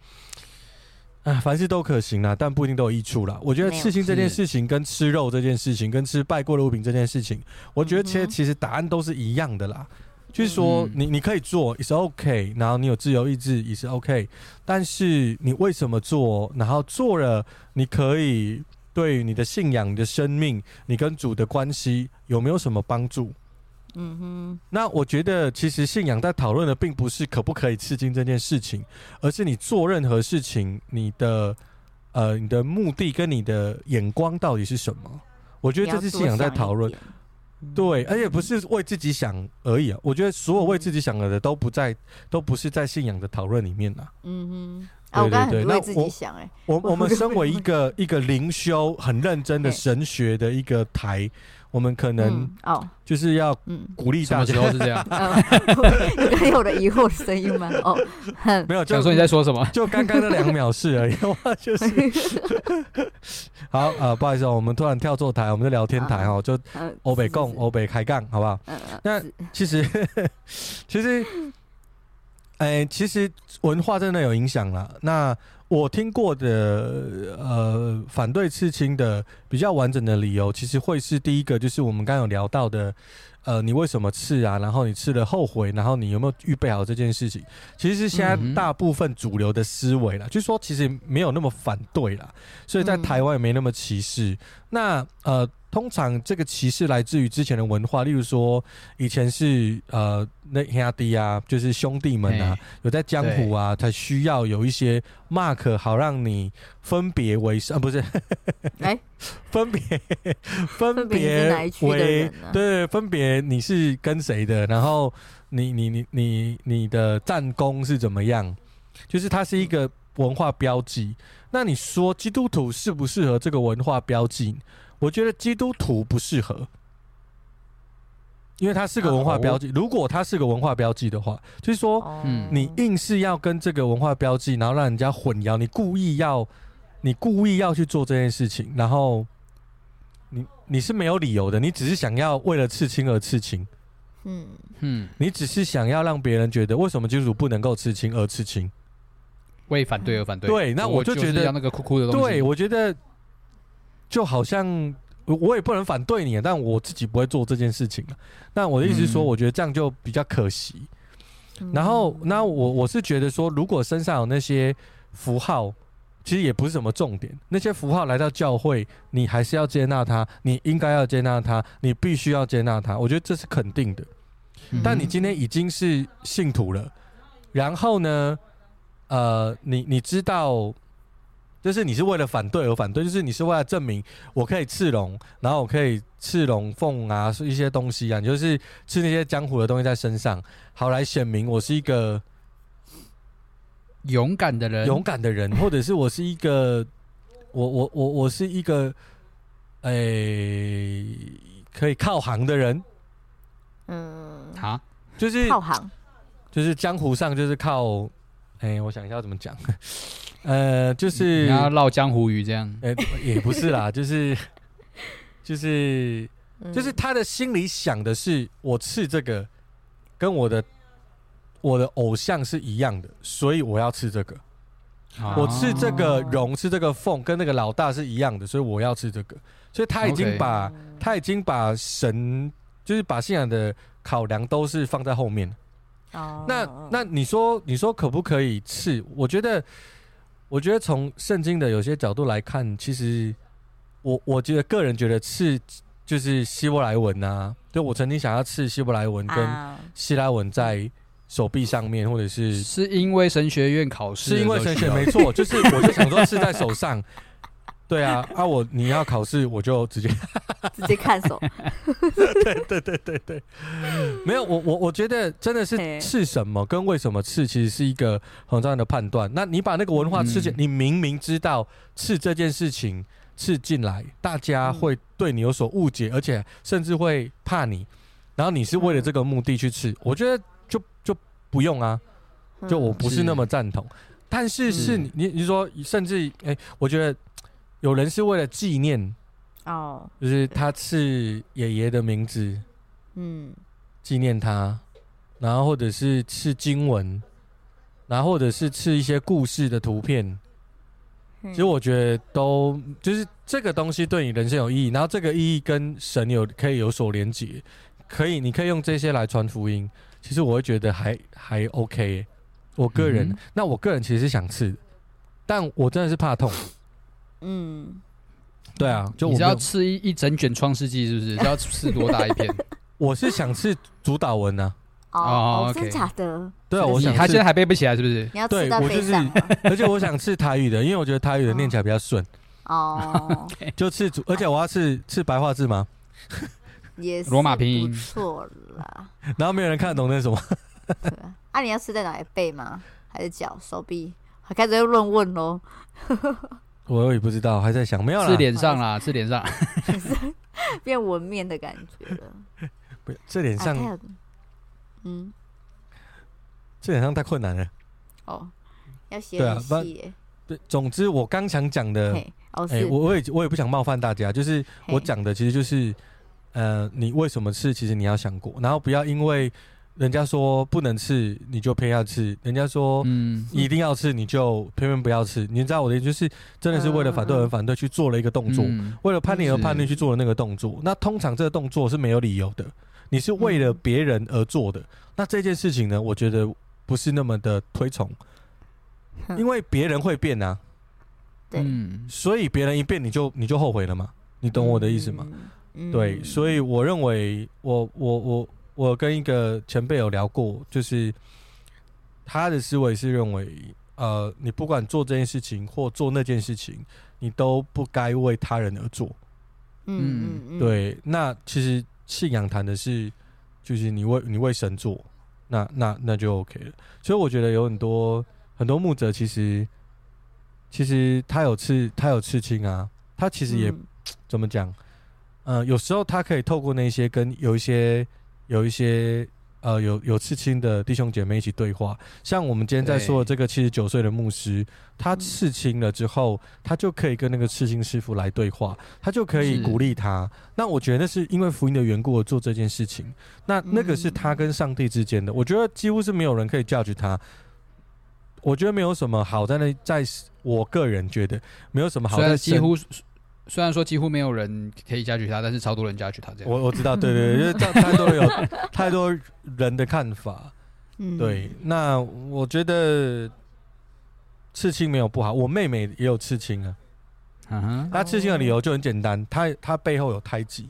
Speaker 2: 啊，凡事都可行啦，但不一定都有益处啦。我觉得
Speaker 4: 没有
Speaker 2: 刺青这件
Speaker 3: 是
Speaker 2: 事情、跟吃肉这件事情、跟吃拜过的物品这件事情，我觉得其
Speaker 4: 嗯
Speaker 2: 实
Speaker 4: 哼
Speaker 2: 其实答案都是一样的啦。就是说
Speaker 3: 嗯，
Speaker 2: 你你可以做，is OK，然后你有自由意志也是 OK，但是你为什么做？然后做了，你可以对于你的信仰、你的生命、你跟主的关系有没有什么帮助？
Speaker 4: 嗯哼，
Speaker 2: 那我觉得，其实信仰在讨论的并不是可不可以吃惊这件事情，而是你做任何事情，你的呃你的目的跟你的眼光到底是什么？我觉得这是信仰在讨论
Speaker 4: 你要多想一。点，
Speaker 2: 对，而且不是为自己想而已啊！我觉得所有为自己想的都不在，都不是在信仰的讨论里面啊。
Speaker 4: 嗯哼，啊，我
Speaker 2: 对对
Speaker 4: 刚刚
Speaker 2: 对
Speaker 4: 很
Speaker 2: 那
Speaker 4: 为自己
Speaker 2: 我
Speaker 4: 想，哎，
Speaker 2: 我我们身为一 个一个灵修很认真的
Speaker 4: 嘿
Speaker 2: 神学的一个台，我们可能
Speaker 4: 嗯，哦，
Speaker 2: 就是要
Speaker 4: 嗯，
Speaker 2: 鼓励
Speaker 3: 什
Speaker 2: 大
Speaker 3: 么时候
Speaker 2: 家，
Speaker 3: 是这样？
Speaker 4: 呃 你刚刚有我的疑惑的声音吗？哦，哼
Speaker 2: 没有 就
Speaker 3: 想说你在说什么？
Speaker 2: 就刚刚那两秒事而已， 我就是 好啊、呃不好意思、哦，我们突然跳错台，我们就聊天台哦，就
Speaker 4: 呃
Speaker 2: 欧北
Speaker 4: 是
Speaker 2: 共哦
Speaker 4: 是
Speaker 2: 欧北开杠，好不好？
Speaker 4: 嗯嗯
Speaker 2: 那
Speaker 4: 是
Speaker 2: 其实，其实，哎、其实文化真的有影响啦。那我听过的呃，反对刺青的比较完整的理由，其实会是第一个，就是我们刚刚有聊到的，呃，你为什么刺啊？然后你刺了后悔，然后你有没有预备好这件事情？其实是现在
Speaker 3: 嗯哼
Speaker 2: 大部分主流的思维啦，就是说其实没有那么反对啦，所以在
Speaker 4: 嗯
Speaker 2: 台湾也没那么歧视。那呃，通常这个歧视来自于之前的文化，例如说以前是呃那兄弟啊，就是兄弟们啊
Speaker 3: 嘿，
Speaker 2: 有在江湖啊，才需要有一些 mark 好让你分别为生，啊、不是
Speaker 4: 哎，
Speaker 2: 分别分
Speaker 4: 分别你是哪
Speaker 2: 别
Speaker 4: 一区的
Speaker 2: 为
Speaker 4: 人呢
Speaker 2: 对分别你是跟谁的，然后你你你你你的战功是怎么样，就是它是一个文化标记。那你说基督徒适不适合这个文化标记？我觉得基督徒不适合，因为它是个文化标记。如果它是个文化标记的话，就是说
Speaker 4: 哦
Speaker 3: 嗯
Speaker 2: 你硬是要跟这个文化标记，然后让人家混淆，你故意要，你故意要去做这件事情，然后你你是没有理由的，你只是想要为了刺青而刺青，
Speaker 4: 嗯，
Speaker 3: 嗯，
Speaker 2: 你只是想要让别人觉得为什么基督徒不能够刺青而刺青。
Speaker 3: 为反对而反对。
Speaker 2: 对那我
Speaker 3: 我
Speaker 2: 就觉
Speaker 3: 是
Speaker 2: 得
Speaker 3: 要那个酷酷的东西。
Speaker 2: 对，我觉得就好像我我也不能反对你，但我自己不会做这件事情了。啊那我的意思是说，
Speaker 3: 嗯
Speaker 2: 我觉得这样就比较可惜。
Speaker 4: 嗯
Speaker 2: 然后，那我我是觉得说，如果身上有那些符号，其实也不是什么重点。那些符号来到教会，你还是要接纳它，你应该要接纳它，你必须要接纳它。我觉得这是肯定的。
Speaker 3: 嗯
Speaker 2: 但你今天已经是信徒了，然后呢，呃，你你知道，就是你是为了反对而反对，就是你是为了证明我可以刺龙，然后我可以刺龙凤啊，是一些东西啊，你就是吃那些江湖的东西在身上，好来显明我是一个
Speaker 3: 勇敢的人，
Speaker 2: 勇敢的人，或者是我是一个，我我我我是一个，诶、可以靠行的人，
Speaker 4: 嗯，
Speaker 3: 啊，
Speaker 2: 就是
Speaker 4: 套行
Speaker 2: 就是江湖上就是靠，哎、我想一下要怎么讲， 呃，就是
Speaker 3: 你要绕江湖鱼这样。
Speaker 2: 呃、也不是啦， 就是就是
Speaker 4: 嗯
Speaker 2: 就是他的心里想的是，我吃这个跟我的我的偶像是一样的，所以我要吃这个。
Speaker 3: 啊
Speaker 2: 我吃这个荣，吃这个凤，跟那个老大是一样的，所以我要吃这个。所以他已经
Speaker 3: OK
Speaker 2: 把
Speaker 4: 哦
Speaker 2: 他已经把神，就是把信仰的考量都是放在后面。
Speaker 4: 哦
Speaker 2: 那那你说你说可不可以刺？我觉得，我觉得从圣经的有些角度来看，其实我我觉得个人觉得刺就是希伯来文啊，就我曾经想要刺希伯来文跟
Speaker 4: 啊
Speaker 2: 希腊文在手臂上面，或者是
Speaker 3: 是因为神学院考试的
Speaker 2: 是
Speaker 3: 时
Speaker 2: 因
Speaker 3: 候
Speaker 2: 为
Speaker 3: 需要，
Speaker 2: 神学没错，就是我就想说刺在手上。对啊，啊我你要考试我就直接
Speaker 4: 直接看 手，
Speaker 2: 对对对对， 没有我我我觉得真的是
Speaker 4: 嘿
Speaker 2: 吃什么跟为什么吃，其实是一个很重要的判断。那你把那个文化吃进，
Speaker 3: 嗯
Speaker 2: 你明明知道吃这件事情吃进来，大家会对你有所误解，而且甚至会怕你，然后你是为了这个目的去吃，我觉得就就不用啊，
Speaker 4: 嗯
Speaker 2: 就我不是那么赞同。但是是你你你说，甚至哎、我觉得有人是为了纪念，
Speaker 4: 嗯哦，
Speaker 2: 就是他是爷爷的名字。
Speaker 4: 嗯
Speaker 2: 纪念他，然后或者是刺经文，然后或者是刺一些故事的图片。
Speaker 4: 嗯
Speaker 2: 其实我觉得都就是这个东西对你人生有意义，然后这个意义跟神有可以有所连结，可以你可以用这些来传福音。其实我会觉得还还 OK，耶我个人、
Speaker 3: 嗯哼
Speaker 2: 那我个人其实是想刺的，但我真的是怕痛。
Speaker 4: 嗯，
Speaker 2: 对啊，就我
Speaker 3: 你是
Speaker 2: 没有
Speaker 3: 要吃一一整卷《创世纪》是不是？是要吃多大一片？
Speaker 2: 我是想刺主导文呐、
Speaker 4: 哦
Speaker 3: 哦
Speaker 4: 真
Speaker 3: OK
Speaker 4: 假的？
Speaker 2: 对啊，
Speaker 4: 是
Speaker 2: 我
Speaker 3: 你
Speaker 2: 想
Speaker 3: 他现
Speaker 2: 刺
Speaker 3: 在还背不起来是不是？
Speaker 4: 你要
Speaker 2: 对
Speaker 4: 吃到
Speaker 2: 我
Speaker 4: 背
Speaker 2: 就是
Speaker 4: 上 了
Speaker 2: 而且我想刺台语的，因为我觉得台语的念起来比较顺。
Speaker 4: 哦，
Speaker 2: 就刺主，而且我要刺刺白话字吗？
Speaker 4: 也是
Speaker 3: 罗马拼
Speaker 4: 不
Speaker 3: 音
Speaker 4: 错啦。
Speaker 2: 然后没有人看得懂那是什么，
Speaker 4: 对啊，啊你要吃在哪里？背吗？还是脚、手臂？还开始又乱问喽。
Speaker 2: 我也不知道，还在想没有
Speaker 3: 是
Speaker 2: 啦。
Speaker 3: 脸上啦，是脸上。
Speaker 4: 变纹面的感 觉了。
Speaker 2: 不这脸
Speaker 4: 啊，他
Speaker 2: 上
Speaker 4: 有，嗯，
Speaker 2: 这脸上太困难了。
Speaker 4: 哦，要写
Speaker 2: 对啊
Speaker 4: 很
Speaker 2: 不然
Speaker 4: 细耶。
Speaker 2: 对，总之我刚想讲的，
Speaker 4: 嘿，哦
Speaker 2: 哎、
Speaker 4: 是，
Speaker 2: 我我也我也不想冒犯大家，就是
Speaker 4: 嘿
Speaker 2: 我讲的其实就是，呃，你为什么吃，其实你要想过，然后不要因为人家说不能吃，你就偏要吃；人家说
Speaker 3: 嗯，
Speaker 2: 一定要吃，你就偏偏不要吃。你知道我的意思，就是真的
Speaker 4: 嗯
Speaker 2: 是为了反对而反对去做了一个动作。
Speaker 3: 嗯
Speaker 2: 为了叛逆而叛逆
Speaker 3: 是
Speaker 2: 去做的那个动作，那通常这个动作是没有理由的，你是为了别人而做的。那这件事情呢，我觉得不是那么的推崇，
Speaker 4: 哼
Speaker 2: 因为别人会变啊，
Speaker 4: 对
Speaker 3: 嗯
Speaker 2: 所以别人一变你就你就后悔了嘛，你懂我的意思吗？？
Speaker 4: 嗯嗯
Speaker 2: 对，所以我认为我我我我跟一个前辈有聊过，就是他的思维是认为，呃，你不管做这件事情或做那件事情，你都不该为他人而做。
Speaker 4: 嗯嗯嗯，
Speaker 2: 对，那其实信仰谈的是，就是你为你为神做，那那那就 OK 了。所以我觉得有很多很多牧者其实其实他有刺他有刺青啊，他其
Speaker 4: 其
Speaker 2: 实也、怎么讲？呃，有时候他可以透过那些跟有一些有一些呃有有刺青的弟兄姐妹一起对话，像我们今天在说的这个七十九岁的牧师，他刺青了之后，他就可以跟那个刺青师傅来对话，他就可以
Speaker 3: 是
Speaker 2: 鼓励他。那我觉得那是因为福音的缘故而做这件事情，那那个是他跟上帝之
Speaker 3: 嗯
Speaker 2: 间的，我觉得几乎是没有人可以 judge 他。我觉得没有什么好在那，在我个人觉得没有什么好
Speaker 3: 虽
Speaker 2: 在
Speaker 3: 然
Speaker 2: 神
Speaker 3: 几乎虽然说几乎没有人可以加取他，但是超多人加取他这样。
Speaker 2: 我我知道，对对对，因为太太多人有 太多人的看法。
Speaker 4: 嗯
Speaker 2: 对，那我觉得刺青没有不好，我妹妹也有刺青啊。
Speaker 3: 嗯哼，
Speaker 2: 她刺青的理由就很简单，她她背后有胎记，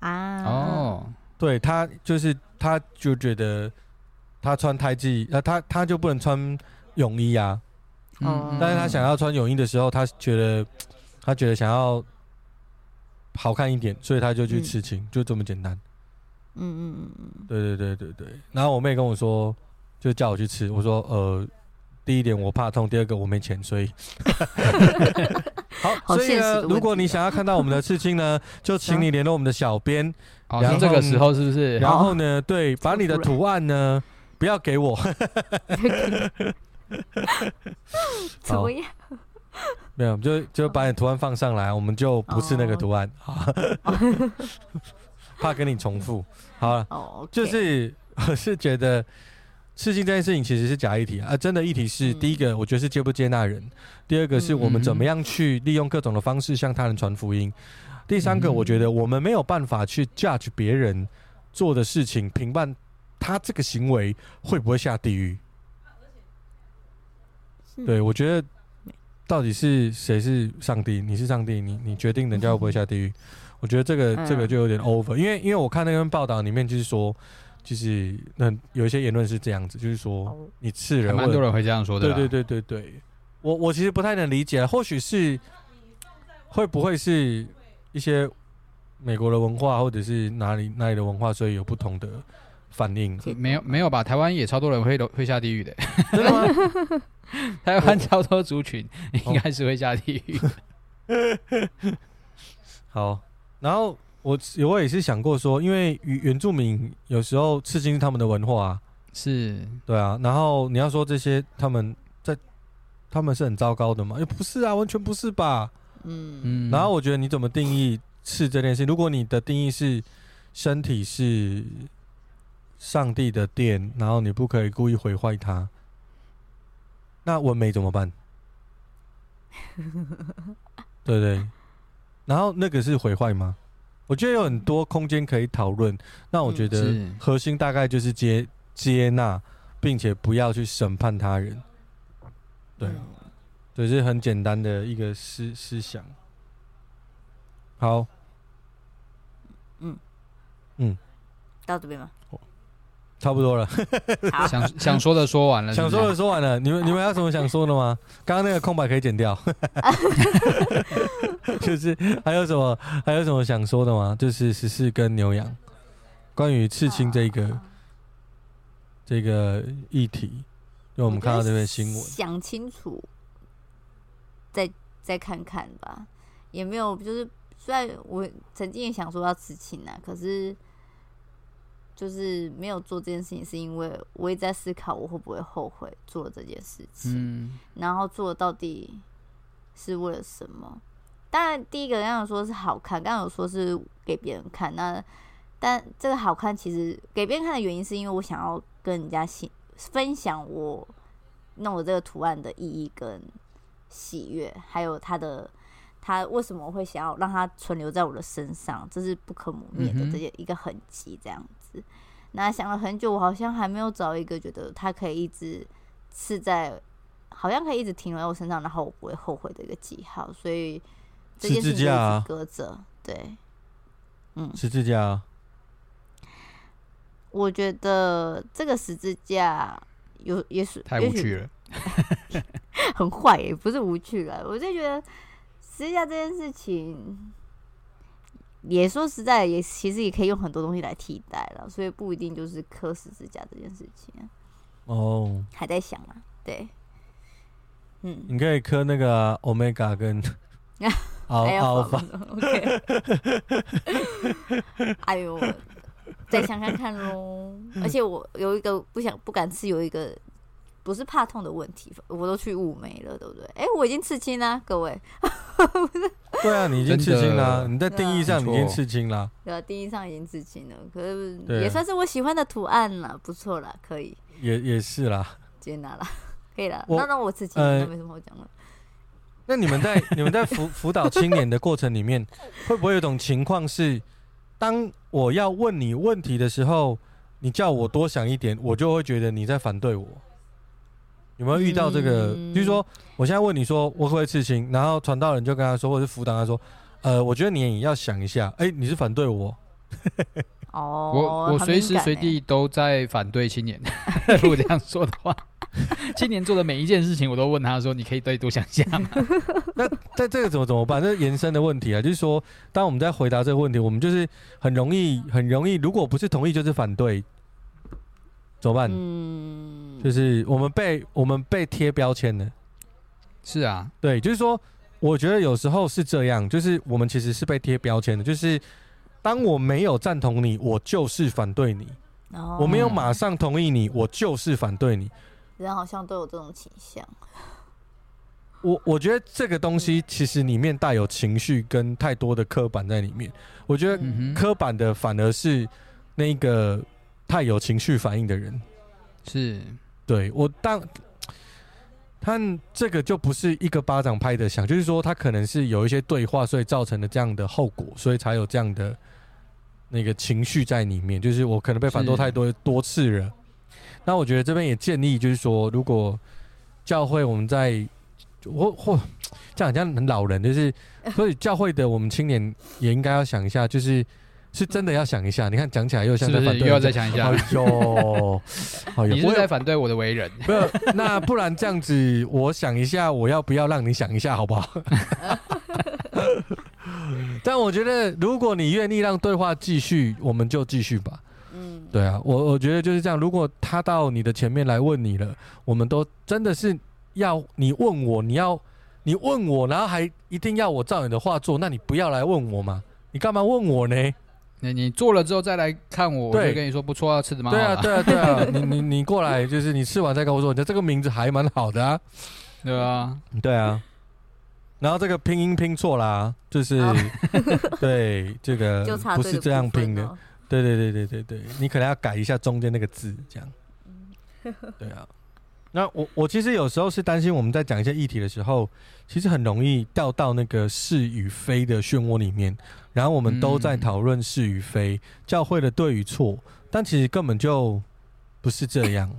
Speaker 4: 啊，
Speaker 3: 哦，
Speaker 2: 对她就是她就觉得她穿胎记，那、她她就不能穿泳衣啊。
Speaker 3: 嗯
Speaker 4: 哦
Speaker 2: 但是她想要穿泳衣的时候，她觉得她觉得想要好看一点，所以她就去
Speaker 4: 嗯
Speaker 2: 刺青，就这么简单。
Speaker 4: 嗯嗯嗯嗯，
Speaker 2: 对对对对对。然后我妹跟我说，就叫我去吃。我说，呃，第一点我怕痛，第二个我没钱，所 以。好，
Speaker 4: 好
Speaker 2: 所以
Speaker 4: 现
Speaker 2: 呢，
Speaker 4: 实的问题啊
Speaker 2: 如果你想要看到我们的刺青呢，就请你联络我们的小编，
Speaker 3: 哦，
Speaker 2: 然
Speaker 3: 是
Speaker 2: 后
Speaker 3: 这个时候是不是？
Speaker 2: 然后呢，对，把你的
Speaker 4: 这么突然
Speaker 2: 图案呢不要给我，
Speaker 4: 嗯怎么样？
Speaker 2: 没有，就就把你图案放上来，我们就不是那
Speaker 4: 哦
Speaker 2: 个图案， 好怕跟你重复。好了，
Speaker 4: 哦，
Speaker 2: 就是 我是觉得刺青这件事情其实是假议题啊，啊真的议题是、
Speaker 4: 嗯
Speaker 2: 第一个，我觉得是接不接纳人；第二个是我们
Speaker 3: 嗯
Speaker 2: 怎么样去利用各种的方式向他人传福音；第三个，
Speaker 3: 嗯
Speaker 2: 我觉得我们没有办法去 judge 别人做的事情，评判他这个行为会不会下地狱。
Speaker 4: 嗯
Speaker 2: 对，我觉得到底是谁是上帝？你是上帝，你你决定人家会不会下地
Speaker 3: 嗯
Speaker 2: 狱？我觉得这个这个
Speaker 4: 嗯
Speaker 2: 就有点 over，因为因为我看那篇报道里面就是说，就是那有一些言论是这样子，就是说
Speaker 4: 哦
Speaker 2: 你刺
Speaker 3: 还
Speaker 2: 人，
Speaker 3: 蛮多人会这样说的
Speaker 2: 对
Speaker 3: 啦。
Speaker 2: 对对对对，我我其实不太能理解，或许是会不会是一些美国的文化，或者是哪里哪里的文化，所以有不同的反应。
Speaker 3: 没有没有吧？台湾也超多人会会下地狱的，
Speaker 2: 真的吗？
Speaker 3: 台湾超多族群应该是会下 地狱。
Speaker 2: 好，然后我我也是想过说，因为原原住民有时候刺青是他们的文化、啊，
Speaker 3: 是，
Speaker 2: 对啊，然后你要说这些他们在他们是很糟糕的吗？也不是啊，完全不是吧。
Speaker 4: 嗯
Speaker 3: 嗯，
Speaker 2: 然后我觉得你怎么定义是这件事？如果你的定义是身体是上帝的殿，然后你不可以故意毁坏它，那纹眉怎么 办？对不对，然后那个是毁坏吗？我觉得有很多空间可以讨论。那我觉
Speaker 4: 嗯
Speaker 2: 得
Speaker 3: 是
Speaker 2: 核心大概就是接接纳，并且不要去审判他人。对，啊这、是很简单的一个思思想。好，
Speaker 4: 到这边吗？
Speaker 2: 差不多 了，
Speaker 4: 好，
Speaker 3: 想想说的说完了，
Speaker 2: 想
Speaker 3: 是
Speaker 2: 说
Speaker 3: 不
Speaker 2: 的
Speaker 3: 是
Speaker 2: 说完了。你们你们还有什么想说的吗？ 刚刚那个空白可以剪掉。 就是还有什么还有什么想说的吗？就是十四跟牛羊，关于刺青这个、
Speaker 4: 啊
Speaker 2: 这个议题，因为我们看到这篇新闻，
Speaker 4: 想清楚，再再看看吧。也没有，就是虽然我曾经也想说要辞情啊，可是就是没有做这件事情，是因为我也在思考我会不会后悔做了这件事情，
Speaker 3: 嗯，
Speaker 4: 然后做到底是为了什么？当然，第一个刚刚有说是好看，刚刚有说是给别人看，那但这个好看其实给别人看的原因，是因为我想要跟人家欣分享我弄我这个图案的意义跟喜悦，还有它的它为什么会想要让它存留在我的身上，这是不可磨灭的
Speaker 3: 嗯哼
Speaker 4: 这些一个痕迹这样子。那想了很久，我好像还没有找一个觉得它可以一直刺在，好像可以一直停留在我身上，然后我不会后悔的一个记号，所以这
Speaker 2: 十
Speaker 4: 件
Speaker 2: 字
Speaker 4: 事情就
Speaker 2: 架啊
Speaker 4: 一直搁着，对。嗯，
Speaker 2: 十字架啊，
Speaker 4: 我觉得这个十字架有也许
Speaker 3: 太
Speaker 4: 也
Speaker 3: 无
Speaker 4: 许
Speaker 3: 趣了。
Speaker 4: 很坏也不是无趣了，我就觉得实际上这件事情，也说实在的，也其实也可以用很多东西来替代了，所以不一定就是磕十字架这件事情啊、
Speaker 2: 哦，
Speaker 4: 还在想啊，对，嗯，
Speaker 2: 你可以磕那个啊 omega 跟啊
Speaker 4: 还
Speaker 2: 奥
Speaker 4: 有
Speaker 2: 奥
Speaker 4: 好
Speaker 2: 法，
Speaker 4: ，OK，哎呦，再想想看喽。而且我有一个不想不敢吃，有一个不是怕痛的问题，我都去雾眉了，对不对？哎、我已经刺青啦，各位。
Speaker 2: 对啊，你已经刺青啦，
Speaker 3: 真的
Speaker 2: 你在定义上你已
Speaker 3: 没
Speaker 2: 经
Speaker 3: 错
Speaker 2: 刺青啦，
Speaker 4: 对啊，第一上已经致敬了，可是
Speaker 2: 对啊
Speaker 4: 也算是我喜欢的图案了，不错了，可以
Speaker 2: 也也是啦。
Speaker 4: 接纳了，可以了。
Speaker 2: 我
Speaker 4: 那让我自己，
Speaker 2: 呃
Speaker 4: 那没什么好讲了。
Speaker 2: 那你们 在你们在辅辅导青年的过程里面，会不会有种情况是，当我要问你问题的时候，你叫我多想一点，我就会觉得你在反对我。有没有遇到这个？
Speaker 4: 嗯
Speaker 2: 就是说，我现在问你说我会不会刺青，然后传道人就跟他说，或者是辅导他说，呃，我觉得你也要想一下，哎、你是反对我，
Speaker 4: 哦，
Speaker 3: 我我
Speaker 4: 很
Speaker 3: 随
Speaker 4: 敏
Speaker 3: 时
Speaker 4: 感
Speaker 3: 随
Speaker 4: 欸
Speaker 3: 地都在反对 青年。 如果这样说的话， 青年做的每一件事情，我都问他说：“你可以再多想想。
Speaker 2: 那在这个怎么怎么办？这是延伸的问题啊，就是说，当我们在回答这个问题，我们就是很容易，很容易，如果不是同意就是反对，怎么办？
Speaker 4: 嗯，
Speaker 2: 就是我们被我们被贴标签了。”
Speaker 3: 是啊，
Speaker 2: 对，就是说，我觉得有时候是这样，就是我们其实是被贴标签的，就是当我没有赞同你，我就是反对你；
Speaker 4: 哦
Speaker 2: 我没有马上同意你，我就是反对你。
Speaker 4: 人好像都有这种倾向。
Speaker 2: 我我觉得这个东西其实里面带有情绪跟太多的刻板在里面。我觉得
Speaker 3: 嗯哼，
Speaker 2: 刻板的反而是那个太有情绪反应的人。
Speaker 3: 是
Speaker 2: 对我当他这个就不是一个巴掌拍得响，就是说他可能是有一些对话，所以造成了这样的后果，所以才有这样的那个情绪在里面。就是我可能被反
Speaker 3: 是
Speaker 2: 多太多多次了。那我觉得这边也建议，就是说，如果教会我们在我或这样好像很老人，就是所以教会的我们青年也应该要想一下，就是是真的要想一下。你看讲起来又像
Speaker 3: 是
Speaker 2: 在
Speaker 3: 不
Speaker 2: 反
Speaker 3: 是
Speaker 2: 对
Speaker 3: 又要再想一下
Speaker 2: 哎？呦，哎呦，
Speaker 3: 你
Speaker 2: 我有
Speaker 3: 是在反对我的为人，
Speaker 2: 没有，那不然这样子，我想一下，我要不要让你想一下，好不好？ 但我觉得，如果你愿意让对话继续，我们就继续吧。
Speaker 4: 嗯，
Speaker 2: 对啊，我我觉得就是这样。如果他到你的前面来问你了，我们都真的是要你问我，你要你问我，然后还一定要我照你的话做，那你不要来问我嘛？你干嘛问我呢？
Speaker 3: 你你做了之后再来看我，我
Speaker 2: 对
Speaker 3: 就跟你说不错啊，吃的蛮好
Speaker 2: 对
Speaker 3: 的
Speaker 2: 啊，对啊，对啊，你你你过来，就是你吃完再跟我说，你的这个名字还蛮好的啊。
Speaker 3: 对啊，
Speaker 2: 对啊，然后这个拼音拼错啦，就是、
Speaker 4: 哦
Speaker 2: 对这 个
Speaker 4: 就差
Speaker 2: 不
Speaker 4: 对
Speaker 2: 是
Speaker 4: 的
Speaker 2: 这
Speaker 4: 部
Speaker 2: 样
Speaker 4: 分
Speaker 2: 拼的，
Speaker 4: 哦。
Speaker 2: 对对对对对对，你可能要改一下中间那个字，这样。
Speaker 4: 嗯
Speaker 2: 对啊，那我我其实有时候是担心我们在讲一些议题的时候，其实很容易掉到那个是与非的漩涡里面，然后我们都在
Speaker 3: 嗯
Speaker 2: 讨论是与非、教会的对与错，但其实根本就不是这样。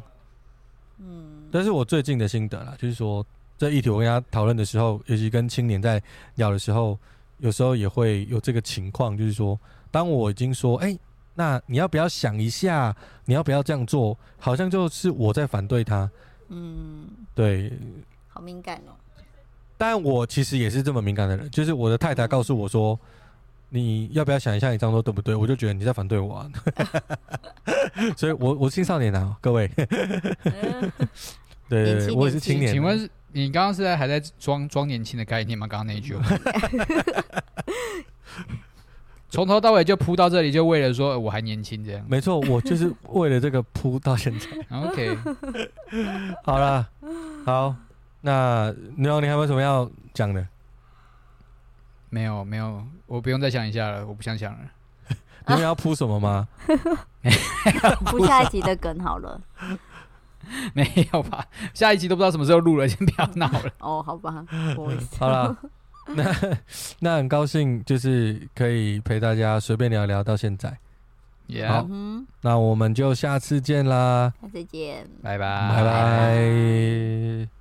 Speaker 4: 嗯，
Speaker 2: 但是我最近的心得啦，就是说这议题我跟大家讨论的时候，尤其跟青年在聊的时候，有时候也会有这个情况，就是说，当我已经说，哎、那你要不要想一下，你要不要这样做，好像就是我在反对他，
Speaker 4: 嗯，
Speaker 2: 对。
Speaker 4: 好敏感哦。
Speaker 2: 但我其实也是这么敏感的人，就是我的太太告诉我说，你要不要想一下你这样做对不对？我就觉得你在反对我、啊， 所以我我青少年啊，各位， 嗯对对
Speaker 4: 年
Speaker 2: 对，
Speaker 4: 轻
Speaker 2: 我也是青
Speaker 4: 年轻
Speaker 2: 年。啊
Speaker 3: 请问是你刚刚是在还在装装年轻的概念吗？刚刚那一句话，从头到尾就扑到这里，就为了说呃我还年轻这样。
Speaker 2: 没错，我就是为了这个铺到现在。
Speaker 3: OK，
Speaker 2: 好了，好，那你有你还有没有什么要讲的？
Speaker 3: 没有没有，我不用再想一下了，我不想想了。
Speaker 2: 你们要铺什么吗？哦
Speaker 4: 不下一集的梗好了。
Speaker 3: 没有吧？下一集都不知道什么时候录了，先不要闹了。
Speaker 4: 哦，好吧，不好意思。
Speaker 2: 好了，那那很高兴，就是可以陪大家随便聊聊到现在。
Speaker 3: Yeah，
Speaker 2: 好
Speaker 4: 嗯
Speaker 2: 那我们就下次见啦，
Speaker 4: 哼，那再见。
Speaker 3: 拜拜
Speaker 2: 拜拜。